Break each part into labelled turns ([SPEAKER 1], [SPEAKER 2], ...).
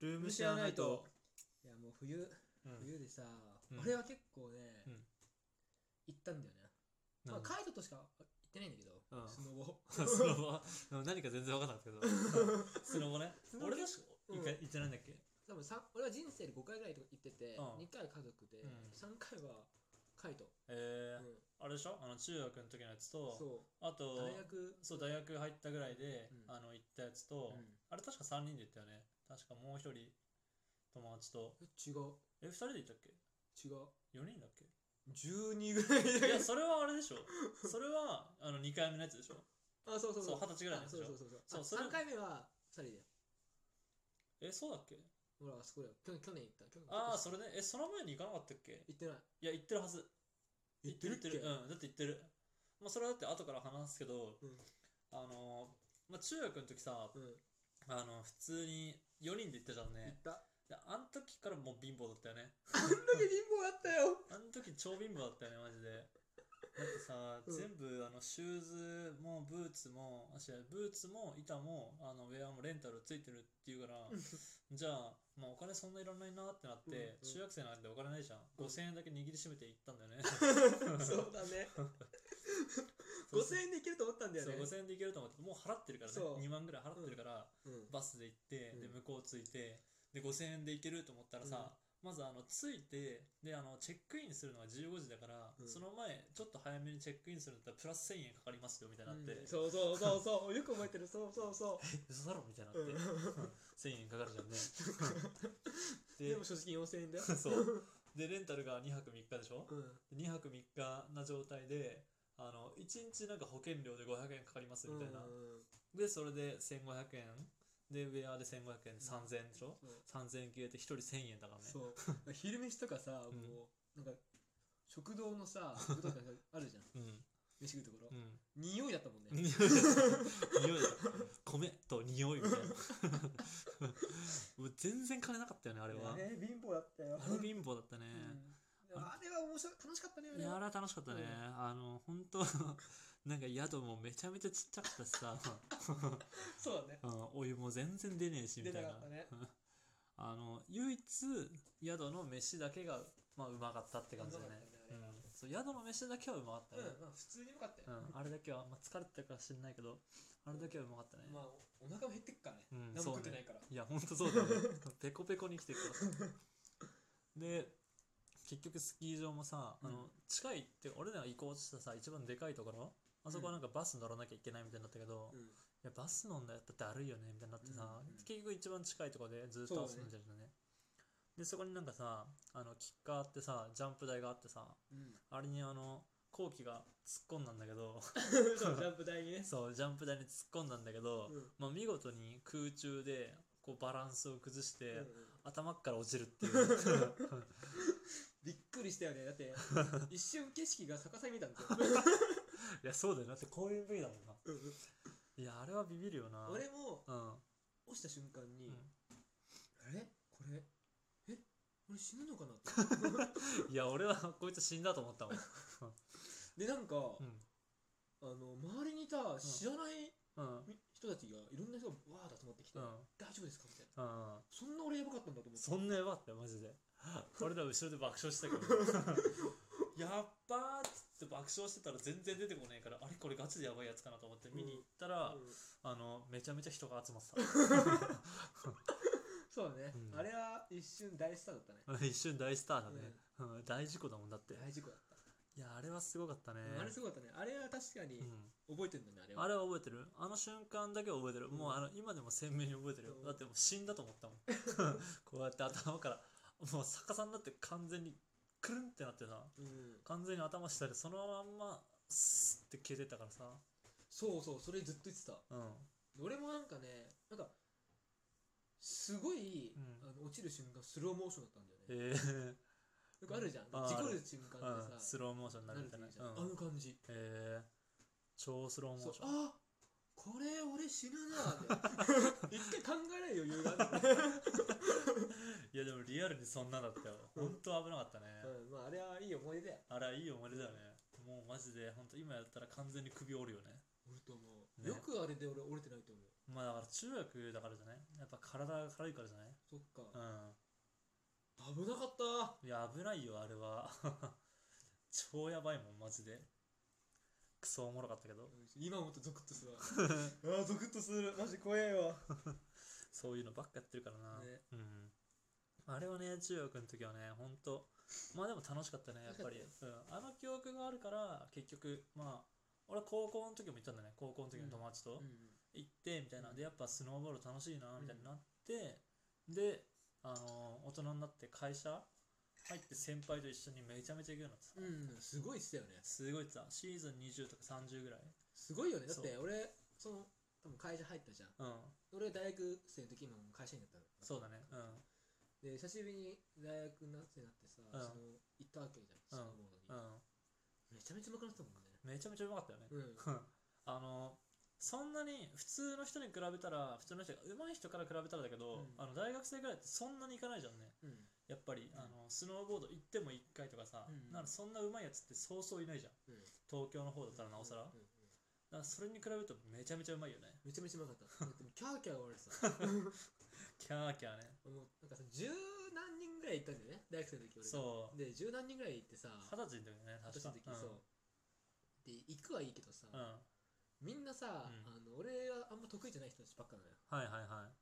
[SPEAKER 1] ルームシ
[SPEAKER 2] シ
[SPEAKER 1] ェ
[SPEAKER 2] ェ
[SPEAKER 1] アナ
[SPEAKER 2] アナ
[SPEAKER 1] イ
[SPEAKER 2] イ
[SPEAKER 1] ト
[SPEAKER 2] ト。いやもう冬
[SPEAKER 1] うん。
[SPEAKER 2] 冬でさ、
[SPEAKER 1] うん
[SPEAKER 2] 俺は結構ね、
[SPEAKER 1] うん
[SPEAKER 2] 行ったんだよね、
[SPEAKER 1] な
[SPEAKER 2] まあ、
[SPEAKER 1] ん
[SPEAKER 2] カイトとしか行ってないんだけど、
[SPEAKER 1] うん
[SPEAKER 2] スノボ
[SPEAKER 1] スノボはうん何か全然分かんなかったけど。スノボね
[SPEAKER 2] ス。ノ ボ
[SPEAKER 1] 俺確か
[SPEAKER 2] うん
[SPEAKER 1] 一回行ってないんだっけ
[SPEAKER 2] 多分さ俺は人生で5回ぐらい行ってて、
[SPEAKER 1] うん
[SPEAKER 2] 2回家族で、
[SPEAKER 1] うん
[SPEAKER 2] 3回はカイト、う
[SPEAKER 1] え
[SPEAKER 2] ん
[SPEAKER 1] ー、あれでしょあの中学の時のやつと、
[SPEAKER 2] そ
[SPEAKER 1] あ
[SPEAKER 2] う
[SPEAKER 1] と
[SPEAKER 2] 大、学
[SPEAKER 1] そう、大学入ったぐらいで
[SPEAKER 2] うん、
[SPEAKER 1] あの、行ったやつと
[SPEAKER 2] うん、
[SPEAKER 1] あれ確か3人で行ったよね。確かもう一人、友達と。
[SPEAKER 2] え違う
[SPEAKER 1] え、2人で行ったっけ
[SPEAKER 2] 違う
[SPEAKER 1] ?4 人だ っけ
[SPEAKER 2] 12ぐらい
[SPEAKER 1] い
[SPEAKER 2] だ
[SPEAKER 1] や、
[SPEAKER 2] よ
[SPEAKER 1] それはあれでしょ。それは、あの、2回目のやつでしょ。
[SPEAKER 2] あそうそう
[SPEAKER 1] そ
[SPEAKER 2] そう
[SPEAKER 1] う、二十歳ぐらいの
[SPEAKER 2] あ
[SPEAKER 1] やつ
[SPEAKER 2] そう
[SPEAKER 1] で
[SPEAKER 2] そ
[SPEAKER 1] しょ
[SPEAKER 2] う。そう
[SPEAKER 1] そう
[SPEAKER 2] あ
[SPEAKER 1] それ
[SPEAKER 2] 3回目は2人だよ
[SPEAKER 1] え、そうだっけ
[SPEAKER 2] ほらあそこだよ去年去年行った去年
[SPEAKER 1] ああ、それね。え、その前に行かなかったっけ
[SPEAKER 2] 行ってない
[SPEAKER 1] いや、行ってるはず。行ってる行ってる。
[SPEAKER 2] 行っ
[SPEAKER 1] うん、だって行ってる。まあ、それはだって後から話すけど、
[SPEAKER 2] うん
[SPEAKER 1] あのー、まあ、中学の時さ、
[SPEAKER 2] うん、
[SPEAKER 1] あの、普通に4人で行ったじゃん
[SPEAKER 2] 行っ
[SPEAKER 1] ね。
[SPEAKER 2] た
[SPEAKER 1] で、あの時からもう貧乏だったよね。
[SPEAKER 2] あんだけ貧乏だった よ
[SPEAKER 1] あの時超貧乏だったよね、マジで。だってさ、
[SPEAKER 2] うん
[SPEAKER 1] 全部、あの、シューズも、ブーツも、あ、違う、ブーツも、板も、あの、ウェアもレンタルついてるっていうから、じゃあ、まあ、お金そんないらないなってなって、
[SPEAKER 2] うんうん
[SPEAKER 1] 中学生なんでお金ないじゃん。
[SPEAKER 2] うん
[SPEAKER 1] 5000円だけ握りしめて行ったんだよね。
[SPEAKER 2] そうだね
[SPEAKER 1] そう
[SPEAKER 2] 5000円でいけると思ったんだよ
[SPEAKER 1] そう
[SPEAKER 2] ね
[SPEAKER 1] 5000円で行けると思ってもう払ってるからね
[SPEAKER 2] そう
[SPEAKER 1] 2万ぐらい払ってるから、
[SPEAKER 2] うん
[SPEAKER 1] バスで行ってで
[SPEAKER 2] うん
[SPEAKER 1] 向こう着いてで5000円で行けると思ったらさ、まずあの着いてであのチェックインするのが15時だから、
[SPEAKER 2] うん
[SPEAKER 1] その前ちょっと早めにチェックインするんだったらプラス1000円かかりますよみたいになって、
[SPEAKER 2] うんそうそうそうそうよく覚えてるそうそうそ
[SPEAKER 1] 嘘だろみたいに
[SPEAKER 2] う、
[SPEAKER 1] なっ
[SPEAKER 2] うん
[SPEAKER 1] て、1000円かかるじゃ んね
[SPEAKER 2] でも
[SPEAKER 1] で
[SPEAKER 2] 所持金4000円だよ、
[SPEAKER 1] そうでレンタルが2泊3日でしょ、
[SPEAKER 2] うん、
[SPEAKER 1] 2泊3日な状態であの1日なんか保険料で500円かかりますみたいな、
[SPEAKER 2] うん
[SPEAKER 1] でそれで1500円でウェアで1500円で3000円でしょ
[SPEAKER 2] そう
[SPEAKER 1] 3000円消えて1人1000円だからね
[SPEAKER 2] そう昼飯とかさ
[SPEAKER 1] うん
[SPEAKER 2] もうなんか食堂のさ食堂とか あるじゃん
[SPEAKER 1] うん
[SPEAKER 2] 飯食うとこ
[SPEAKER 1] う
[SPEAKER 2] ろ
[SPEAKER 1] ん
[SPEAKER 2] 匂いだったもんね
[SPEAKER 1] 匂いだ米と匂いみたいなもう全然金なかったよねあれは、
[SPEAKER 2] いやね貧乏だったよ
[SPEAKER 1] あれ貧乏だったね、
[SPEAKER 2] うんあれは面白い楽しかったねあ
[SPEAKER 1] い
[SPEAKER 2] れ
[SPEAKER 1] やあ
[SPEAKER 2] は
[SPEAKER 1] れは楽しかったね、あの本当なんか宿もめちゃめちゃちっちゃかったしさ、
[SPEAKER 2] そうだね
[SPEAKER 1] うん、お湯も全然出ねえしみたいな
[SPEAKER 2] 出なかったね
[SPEAKER 1] あの唯一宿の飯だけが、まあ、うまかったって感じだね
[SPEAKER 2] うまかったねあ
[SPEAKER 1] う
[SPEAKER 2] れ
[SPEAKER 1] ん、そう宿の飯だけはうまかった
[SPEAKER 2] う
[SPEAKER 1] ね、
[SPEAKER 2] んまあ普通に良かった
[SPEAKER 1] う
[SPEAKER 2] よ
[SPEAKER 1] んあれだけは、まあ、疲れてたから知んないけどあれだけはうまかったね、
[SPEAKER 2] まあお腹も減ってっからね
[SPEAKER 1] うん
[SPEAKER 2] 何も食ってない
[SPEAKER 1] そうね
[SPEAKER 2] から
[SPEAKER 1] いやほんとそうだね ペコペコに生きてるからさで結局スキー場もさあ
[SPEAKER 2] う
[SPEAKER 1] の近いって俺らが行こうとしたさ一番でかいところあそこはなんかバス乗らなきゃいけないみたいになったけど、
[SPEAKER 2] う
[SPEAKER 1] い
[SPEAKER 2] ん
[SPEAKER 1] やバス乗んだやっぱだるいよねみたいになってさ、
[SPEAKER 2] うんうん
[SPEAKER 1] 結局一番近いところでずっと遊んでるのねでそこになんかさあのキッカーってさジャンプ台があってさ
[SPEAKER 2] うん
[SPEAKER 1] あれにあの後期が突っ込んだんだけ ど
[SPEAKER 2] そうジャンプ台にね。
[SPEAKER 1] そうジャンプ台に突っ込んだんだけど、
[SPEAKER 2] うん
[SPEAKER 1] まあ、見事に空中でこうバランスを崩して、
[SPEAKER 2] うん
[SPEAKER 1] 頭から落ちる っていう
[SPEAKER 2] びっくりしたよね。だ って、一瞬景色が逆さに見えたんですよ。
[SPEAKER 1] いやそうだよだってこういう部位だもんな
[SPEAKER 2] うん
[SPEAKER 1] いやあれはビビるよな
[SPEAKER 2] 俺も
[SPEAKER 1] うん、
[SPEAKER 2] 落ちた瞬間に
[SPEAKER 1] うん、
[SPEAKER 2] あれこれ、え俺死ぬのかなって。
[SPEAKER 1] いや俺はこいつ死んだと思 ったもん、う
[SPEAKER 2] で、なんか、
[SPEAKER 1] ん
[SPEAKER 2] あの、周りにいた知らない
[SPEAKER 1] うん
[SPEAKER 2] 人たちが、いろんな人がわーだと思ってきて、
[SPEAKER 1] うん
[SPEAKER 2] 大丈夫ですかみたいな。
[SPEAKER 1] うん、
[SPEAKER 2] そんな俺やばかったんだと思って。
[SPEAKER 1] そんなやばかったよマジで俺ら後ろで爆笑したけど やっばーっつって爆笑してたら全然出てこないからあれこれガチでやばいやつかなと思って見に行ったら、
[SPEAKER 2] うん
[SPEAKER 1] あのめちゃめちゃ人が集まって
[SPEAKER 2] そうだね
[SPEAKER 1] う。ん
[SPEAKER 2] あれは一瞬大スターだったね。
[SPEAKER 1] た 一瞬大スターだね、うん大事故だもんだって
[SPEAKER 2] 大事故だった。
[SPEAKER 1] いやあれはすごかったね、
[SPEAKER 2] あれすごかったね。あれは確かに
[SPEAKER 1] うん
[SPEAKER 2] 覚えてるんだね、あれは。
[SPEAKER 1] あれは覚えてるあの瞬間だけは覚えてる、もうあの今でも鮮明に覚えてるよ
[SPEAKER 2] うん
[SPEAKER 1] だってもう死んだと思ったもん こうやって頭からもう逆さになって完全にくるんってなってさ
[SPEAKER 2] うん
[SPEAKER 1] 完全に頭下でそのまんまスッて消えてったからさ
[SPEAKER 2] そうそう、それずっと言ってた。
[SPEAKER 1] うん
[SPEAKER 2] 俺もなんかねなんかすごい、
[SPEAKER 1] うん
[SPEAKER 2] あの落ちる瞬間スローモーションだったんだよね
[SPEAKER 1] えー、
[SPEAKER 2] よくあるじゃん
[SPEAKER 1] あ
[SPEAKER 2] 事故る瞬間
[SPEAKER 1] うん
[SPEAKER 2] で
[SPEAKER 1] ス
[SPEAKER 2] さ
[SPEAKER 1] ローモーションにな
[SPEAKER 2] な
[SPEAKER 1] る
[SPEAKER 2] る
[SPEAKER 1] み
[SPEAKER 2] じ
[SPEAKER 1] た
[SPEAKER 2] ゃ
[SPEAKER 1] い
[SPEAKER 2] ん
[SPEAKER 1] な、うん、
[SPEAKER 2] あの感じ
[SPEAKER 1] えー、超スローモ
[SPEAKER 2] そう
[SPEAKER 1] ーション
[SPEAKER 2] あこれ俺死 ぬなって一回考えない余裕がある、
[SPEAKER 1] いやでもリアルにそんなだったよ本当危なかったね、
[SPEAKER 2] うん、まああれはいい思い出だよ
[SPEAKER 1] あれはいい思い出だよねもうマジで本当今やったら完全に首折るよね
[SPEAKER 2] 俺と思う、
[SPEAKER 1] ね
[SPEAKER 2] よくあれで俺折れてないと思う
[SPEAKER 1] まあだから中学だからじゃないやっぱ体が軽いからじゃない
[SPEAKER 2] そっか、
[SPEAKER 1] う
[SPEAKER 2] 危なかった
[SPEAKER 1] ん。いや、危ないよ、あれは。 超やばいもん、マジで。クソおもろかったけど。
[SPEAKER 2] 今思うとゾクッとす るわあーゾクッとするマジ怖いわ
[SPEAKER 1] そういうのばっかやってるからな。
[SPEAKER 2] ね
[SPEAKER 1] うん。あれはね、中学の時はね、ほんと、まあでも楽しかったね、やっぱり。
[SPEAKER 2] 楽
[SPEAKER 1] うん。あの記憶があるから、結局、まあ、俺は高校の時も行ったんだね、高校の時の友達と。行ってみたいな、
[SPEAKER 2] うん
[SPEAKER 1] でやっぱスノーボール楽しいなみたいになって、で、あのー大人になって会社入って先輩と一緒にめちゃめちゃ行くようになってた、
[SPEAKER 2] うん、うん、すごいっすよね
[SPEAKER 1] すごいさシーズン20とか30ぐらい
[SPEAKER 2] すごいよねだって俺その多分会社入ったじゃん
[SPEAKER 1] うん
[SPEAKER 2] 俺大学生の時今もう会社員だったの
[SPEAKER 1] そうだねうん
[SPEAKER 2] で久しぶりに大学になってなってさ、
[SPEAKER 1] うん
[SPEAKER 2] その行ったわけじゃんスノーボードに、
[SPEAKER 1] う
[SPEAKER 2] めちゃめちゃうまくなったもんね
[SPEAKER 1] んめちゃめちゃうまかったよね、
[SPEAKER 2] うん
[SPEAKER 1] あのーそんなに普通の人に比べたら普通の人が上手い人から比べたらだけど、
[SPEAKER 2] うん
[SPEAKER 1] あの大学生ぐらいってそんなに行かないじゃんね
[SPEAKER 2] うん
[SPEAKER 1] やっぱり、
[SPEAKER 2] うん
[SPEAKER 1] あのスノーボード行っても1回とかさ、
[SPEAKER 2] うん
[SPEAKER 1] なんかそんな上手いやつってそうそういないじゃん
[SPEAKER 2] うん
[SPEAKER 1] 東京の方だったらなおさら、
[SPEAKER 2] うんうん
[SPEAKER 1] だからそれに比べるとめちゃめちゃうまいよね
[SPEAKER 2] めちゃめちゃうまかったでもキャーキャー言われてさ
[SPEAKER 1] キャーキャーね
[SPEAKER 2] もうなんかさ十何人ぐらい行ったんだよね大学生の時俺が
[SPEAKER 1] そう
[SPEAKER 2] で十何人ぐらい行ってさ
[SPEAKER 1] 二十歳の時だね
[SPEAKER 2] 私
[SPEAKER 1] 確
[SPEAKER 2] の
[SPEAKER 1] か
[SPEAKER 2] 時そうで行くはいいけどさ
[SPEAKER 1] うん、うん、
[SPEAKER 2] みんな
[SPEAKER 1] う
[SPEAKER 2] さ
[SPEAKER 1] ん
[SPEAKER 2] あの俺はあんま得意じゃない人たちばっかなのよ
[SPEAKER 1] はいはいはい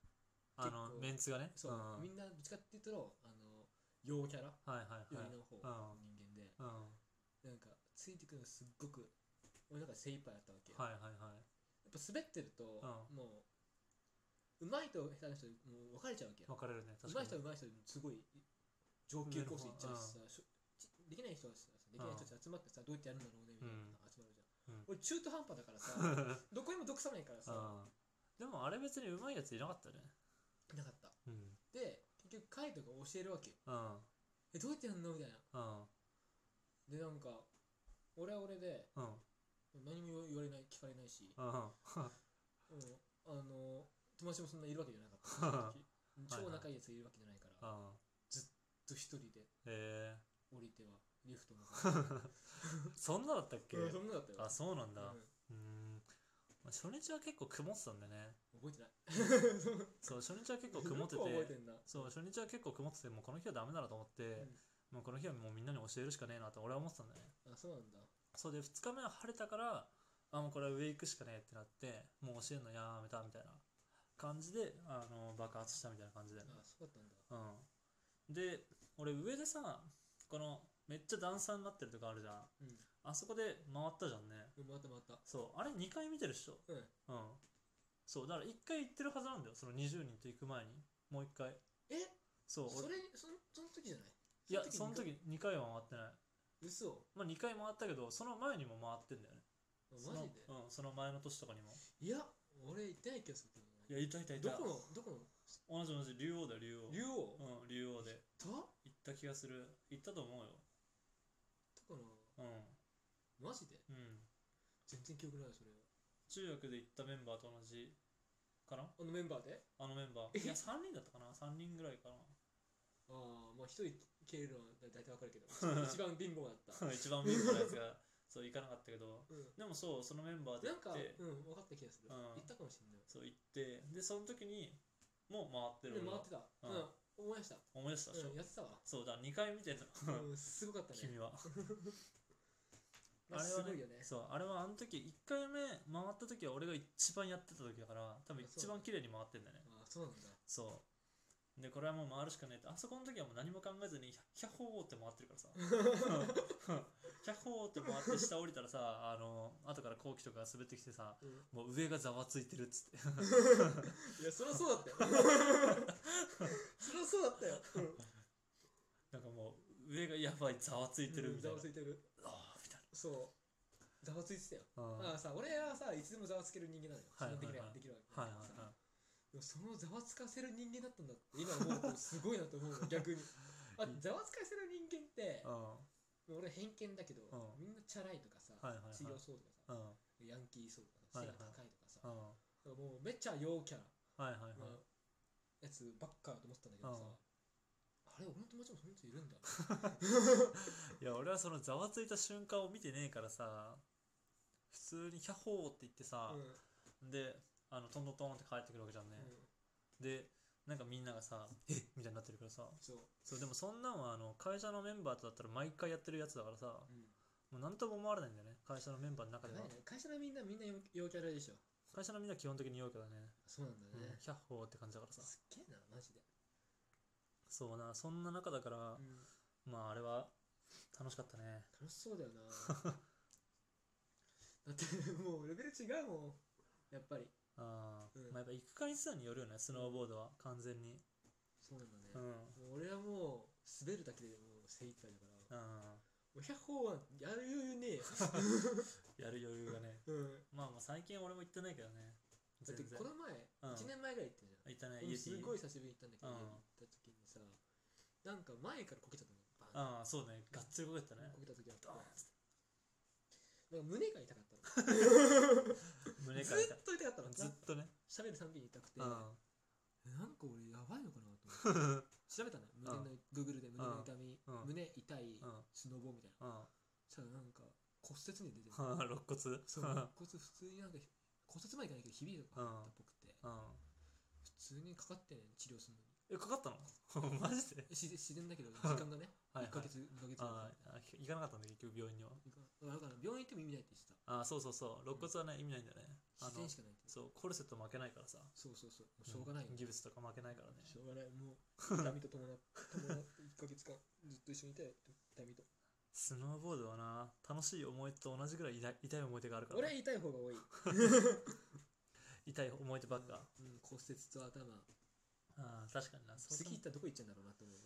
[SPEAKER 1] あの
[SPEAKER 2] 結構
[SPEAKER 1] メンツがね
[SPEAKER 2] そう
[SPEAKER 1] うん、
[SPEAKER 2] みんなどっちかっていうとあの陽キャラ
[SPEAKER 1] はいはい
[SPEAKER 2] 寄
[SPEAKER 1] はい
[SPEAKER 2] りの方
[SPEAKER 1] うん
[SPEAKER 2] 人間で
[SPEAKER 1] うん
[SPEAKER 2] なんかついてくるのすっごく俺なんか精一杯だったわけ
[SPEAKER 1] はいはいはい
[SPEAKER 2] やっぱ滑ってると
[SPEAKER 1] う
[SPEAKER 2] もう上手いと下手な人もう分かれちゃうわけよ
[SPEAKER 1] 分かれるね確
[SPEAKER 2] 上
[SPEAKER 1] か
[SPEAKER 2] 手い
[SPEAKER 1] に
[SPEAKER 2] 人は上手い人ですごい上級コース行っちゃうしさ、しょちできない人はさできない人たち集まってさどうやってやるんだろうねみたいな集まる
[SPEAKER 1] う
[SPEAKER 2] じゃん、
[SPEAKER 1] ん
[SPEAKER 2] 俺中途半端だからさ どこにも属さないからさ、
[SPEAKER 1] うんでもあれ別に上手いやついなかったね
[SPEAKER 2] なかった
[SPEAKER 1] うん
[SPEAKER 2] で結局カイトが教えるわけよ
[SPEAKER 1] うん
[SPEAKER 2] えどうやってやるのみたいな
[SPEAKER 1] うん
[SPEAKER 2] でなんか俺は俺で
[SPEAKER 1] うん
[SPEAKER 2] 何も言われない聞かれないし、
[SPEAKER 1] うん
[SPEAKER 2] うんあの友達もそんないるわけじゃなかっ た
[SPEAKER 1] はい
[SPEAKER 2] 超仲いいやつがいるわけじゃないから、
[SPEAKER 1] うん
[SPEAKER 2] ずっと一人で
[SPEAKER 1] え
[SPEAKER 2] 降りてはリフトの
[SPEAKER 1] ー、そんなだったっけ
[SPEAKER 2] うんそんなだったよ
[SPEAKER 1] あそうなんだ
[SPEAKER 2] うん
[SPEAKER 1] うんまあ初日は結構曇ってたんでね
[SPEAKER 2] 覚えてないそ う
[SPEAKER 1] そう初日は結構曇って
[SPEAKER 2] よく覚え
[SPEAKER 1] て
[SPEAKER 2] てんな
[SPEAKER 1] そう初日は結構曇っててもうこの日はダメだなと思って、もうこの日はもうみんなに教えるしかねえなって俺は思ってたんだよね
[SPEAKER 2] あそうなんだ
[SPEAKER 1] そうで2日目は晴れたからあもうこれは上行くしかねえってなってもう教えるのやめたみたいな感じであの爆発したみたいな感じだよね
[SPEAKER 2] あそうだったんだ
[SPEAKER 1] うんで俺上でさこのめっちゃ段差になってるとこあるじゃん
[SPEAKER 2] うん
[SPEAKER 1] あそこで回ったじゃんね
[SPEAKER 2] うん回った回った
[SPEAKER 1] そうあれ2回見てるっしょ
[SPEAKER 2] うん
[SPEAKER 1] うんそうだから1回行ってるはずなんだよその20人と行く前にもう1回
[SPEAKER 2] え
[SPEAKER 1] そう
[SPEAKER 2] そ
[SPEAKER 1] 俺
[SPEAKER 2] れそのその時じゃない
[SPEAKER 1] いやその
[SPEAKER 2] に
[SPEAKER 1] 時2回は回ってない
[SPEAKER 2] 嘘
[SPEAKER 1] まあ2回回ったけどその前にも回ってんだよね
[SPEAKER 2] あ
[SPEAKER 1] そ
[SPEAKER 2] マ
[SPEAKER 1] の
[SPEAKER 2] ジで
[SPEAKER 1] うん、その前の年とかにも
[SPEAKER 2] いや俺行ってない気がする
[SPEAKER 1] い
[SPEAKER 2] け
[SPEAKER 1] やいたいたい
[SPEAKER 2] ど
[SPEAKER 1] た
[SPEAKER 2] などこのどこ
[SPEAKER 1] 同
[SPEAKER 2] の
[SPEAKER 1] じ同じ竜王だよ竜王
[SPEAKER 2] 竜王
[SPEAKER 1] うん竜王で
[SPEAKER 2] とど
[SPEAKER 1] 行った気がする行ったと思うよ
[SPEAKER 2] こ
[SPEAKER 1] う
[SPEAKER 2] のマジで
[SPEAKER 1] んうん
[SPEAKER 2] 全然記憶ないそれは
[SPEAKER 1] 中学で行ったメンバーと同じかな
[SPEAKER 2] あのメンバーで
[SPEAKER 1] あのメンバ
[SPEAKER 2] え
[SPEAKER 1] ーいや3人だったかな3人ぐらいか
[SPEAKER 2] ああまあ一人消えるのは大体わか るけど一番貧乏だった
[SPEAKER 1] な一番貧乏なやつ がそう行かなかったけど
[SPEAKER 2] うん
[SPEAKER 1] でもそうそのメンバーで
[SPEAKER 2] な
[SPEAKER 1] 行
[SPEAKER 2] んか
[SPEAKER 1] っ
[SPEAKER 2] う
[SPEAKER 1] て
[SPEAKER 2] ん分かった気がする
[SPEAKER 1] うん
[SPEAKER 2] 行ったかもしれない
[SPEAKER 1] そう行ってでその時にもう回って
[SPEAKER 2] で
[SPEAKER 1] る俺
[SPEAKER 2] 回
[SPEAKER 1] は
[SPEAKER 2] ってた
[SPEAKER 1] う
[SPEAKER 2] うんん思い出した
[SPEAKER 1] 思い出したでしょ、
[SPEAKER 2] うんやってたわ
[SPEAKER 1] そうだから2回見てんの
[SPEAKER 2] うんすごかったね
[SPEAKER 1] 君は
[SPEAKER 2] まあ
[SPEAKER 1] あれは
[SPEAKER 2] す
[SPEAKER 1] ね
[SPEAKER 2] ごいよね
[SPEAKER 1] そうあれはあの時1回目回った時は俺が一番やってた時だから多分一番綺麗に回ってんだよね
[SPEAKER 2] あそうなんだ
[SPEAKER 1] そうでこれはもう回るしかねえってあそこの時はもう何も考えずに「百歩って回ってるからさ 「百歩って回って下降りたらさあの後から後期とかが滑ってきてさ
[SPEAKER 2] うん
[SPEAKER 1] もう上がざわついてるっつって
[SPEAKER 2] いやそりゃそうだったよ そりゃそうだったよ
[SPEAKER 1] なんかもう上がやばいざわついてるみた
[SPEAKER 2] ざ
[SPEAKER 1] い
[SPEAKER 2] わ
[SPEAKER 1] な、
[SPEAKER 2] ついてる
[SPEAKER 1] ああみたい
[SPEAKER 2] そうざわついてたよ
[SPEAKER 1] な、うん
[SPEAKER 2] まあさ俺はさいつでもざわつける人間なのよ
[SPEAKER 1] はいはいはい
[SPEAKER 2] そんなできないできるわけ
[SPEAKER 1] はいはい
[SPEAKER 2] さ
[SPEAKER 1] は
[SPEAKER 2] でもそのざわつかせる人間だったんだって今思うとすごいなと思うの 逆にあざわつかせる人間って
[SPEAKER 1] いうん
[SPEAKER 2] もう俺偏見だけど
[SPEAKER 1] うん
[SPEAKER 2] みんなチャラいとかさ
[SPEAKER 1] はいはいはい
[SPEAKER 2] 強そうとかさ
[SPEAKER 1] うん
[SPEAKER 2] ヤンキーそうとか
[SPEAKER 1] はい
[SPEAKER 2] さ背
[SPEAKER 1] はい
[SPEAKER 2] が高いとかさ
[SPEAKER 1] うん
[SPEAKER 2] だからもうめっちゃ陽キャラ
[SPEAKER 1] はいはいはい
[SPEAKER 2] なやつばっかだと思ってたんだけどさ
[SPEAKER 1] うん
[SPEAKER 2] あれ俺の友達もその人いるんだ
[SPEAKER 1] いや俺はそのざわついた瞬間を見てねえからさ普通に「百歩って言ってさ、
[SPEAKER 2] うん
[SPEAKER 1] でああのトントントンって帰ってくるわけじゃんね、でなんかみんながさ「えっ!」みたいになってるからさ
[SPEAKER 2] そう、
[SPEAKER 1] そうでもそんなんはあの会社のメンバーとだったら毎回やってるやつだからさ
[SPEAKER 2] うん、
[SPEAKER 1] もう何とも思われないんだよね会社のメンバーの中では
[SPEAKER 2] だからね会社のみんなみんな陽陽キャラでしょ
[SPEAKER 1] 会社のみんな基本的に陽キャだね
[SPEAKER 2] そうなんだ
[SPEAKER 1] うん
[SPEAKER 2] ね、
[SPEAKER 1] キャッホーって感じだからさ
[SPEAKER 2] すっげえなマジで、
[SPEAKER 1] そうなそんな中だから
[SPEAKER 2] うん
[SPEAKER 1] まああれは楽しかったね
[SPEAKER 2] 楽しそうだよな だってもうレベル違うもんやっぱり
[SPEAKER 1] あー、
[SPEAKER 2] うん
[SPEAKER 1] まあやっぱ行く回数によるよねスノーボードは完全に
[SPEAKER 2] そうなんだね、
[SPEAKER 1] うんうん
[SPEAKER 2] もう俺はもう滑るだけでもう精一杯だからもう100本はやる余裕ねえよ、
[SPEAKER 1] やる余裕がね
[SPEAKER 2] うん、
[SPEAKER 1] まあまあ最近俺も行ってないけどね
[SPEAKER 2] だ
[SPEAKER 1] 全
[SPEAKER 2] って
[SPEAKER 1] 然
[SPEAKER 2] この前、
[SPEAKER 1] うん
[SPEAKER 2] 1年前ぐらい行ったじゃん
[SPEAKER 1] 行ったね
[SPEAKER 2] 俺
[SPEAKER 1] イエ
[SPEAKER 2] も
[SPEAKER 1] テ
[SPEAKER 2] す
[SPEAKER 1] ィ
[SPEAKER 2] ごい久しぶりに行ったんだけど、
[SPEAKER 1] うん
[SPEAKER 2] 家に行った時にさなんか前からこけちゃったのバン
[SPEAKER 1] ああそうねがっつりこけてたね
[SPEAKER 2] こけた時あって
[SPEAKER 1] ドーンっ
[SPEAKER 2] なんか胸が痛かったの
[SPEAKER 1] 胸
[SPEAKER 2] ず
[SPEAKER 1] から
[SPEAKER 2] っと痛かったの
[SPEAKER 1] ずっとね
[SPEAKER 2] しゃべるたんびに痛くて、
[SPEAKER 1] うん
[SPEAKER 2] えなんか俺やばいのかなと思って調べたのよ胸の、Google で胸の痛み、
[SPEAKER 1] うん
[SPEAKER 2] 胸痛い、
[SPEAKER 1] うん
[SPEAKER 2] スノボみたいな
[SPEAKER 1] うん
[SPEAKER 2] そしたらなんか骨折に出てる
[SPEAKER 1] はあ肋骨
[SPEAKER 2] そう
[SPEAKER 1] う
[SPEAKER 2] 肋
[SPEAKER 1] ん
[SPEAKER 2] 骨普通になんか骨折までいかないけどひびとか入ったっぽくて、
[SPEAKER 1] うん
[SPEAKER 2] 普通にかかってんのよ治療するのに
[SPEAKER 1] えかかったの マジで
[SPEAKER 2] え自然自然だけど時間がね
[SPEAKER 1] はいは
[SPEAKER 2] 1
[SPEAKER 1] い
[SPEAKER 2] ヶ月2ヶ月ぐらい
[SPEAKER 1] ああ行かなかったんだ結局病院には
[SPEAKER 2] だから病院行っても意味ないって言ってた
[SPEAKER 1] ああそうそうそう肋骨はね意味ないんだよねあ
[SPEAKER 2] 自
[SPEAKER 1] の
[SPEAKER 2] 然しかないって
[SPEAKER 1] そうコルセット負けないからさ
[SPEAKER 2] そうそうそうもうしょうがないよ、
[SPEAKER 1] んギブスとか負けないからね
[SPEAKER 2] しょうがないもう痛みと伴って 伴って1ヶ月間ずっと一緒にいたよ痛みと
[SPEAKER 1] スノーボードはな楽しい思い出と同じぐらい痛い痛い思い出があるから
[SPEAKER 2] 俺は
[SPEAKER 1] ね、
[SPEAKER 2] 痛い方が多い
[SPEAKER 1] 痛い思い出ばっか、
[SPEAKER 2] うん、骨折と頭
[SPEAKER 1] ああ確かになそう
[SPEAKER 2] 次行ったらどこ行っちゃうんだろうなと思う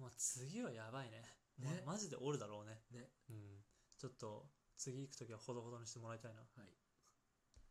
[SPEAKER 1] まあ、次はやばいね
[SPEAKER 2] ね
[SPEAKER 1] まマジで折るだろうね
[SPEAKER 2] ね
[SPEAKER 1] うんちょっと次行く時はほどほどにしてもらいたいな
[SPEAKER 2] はい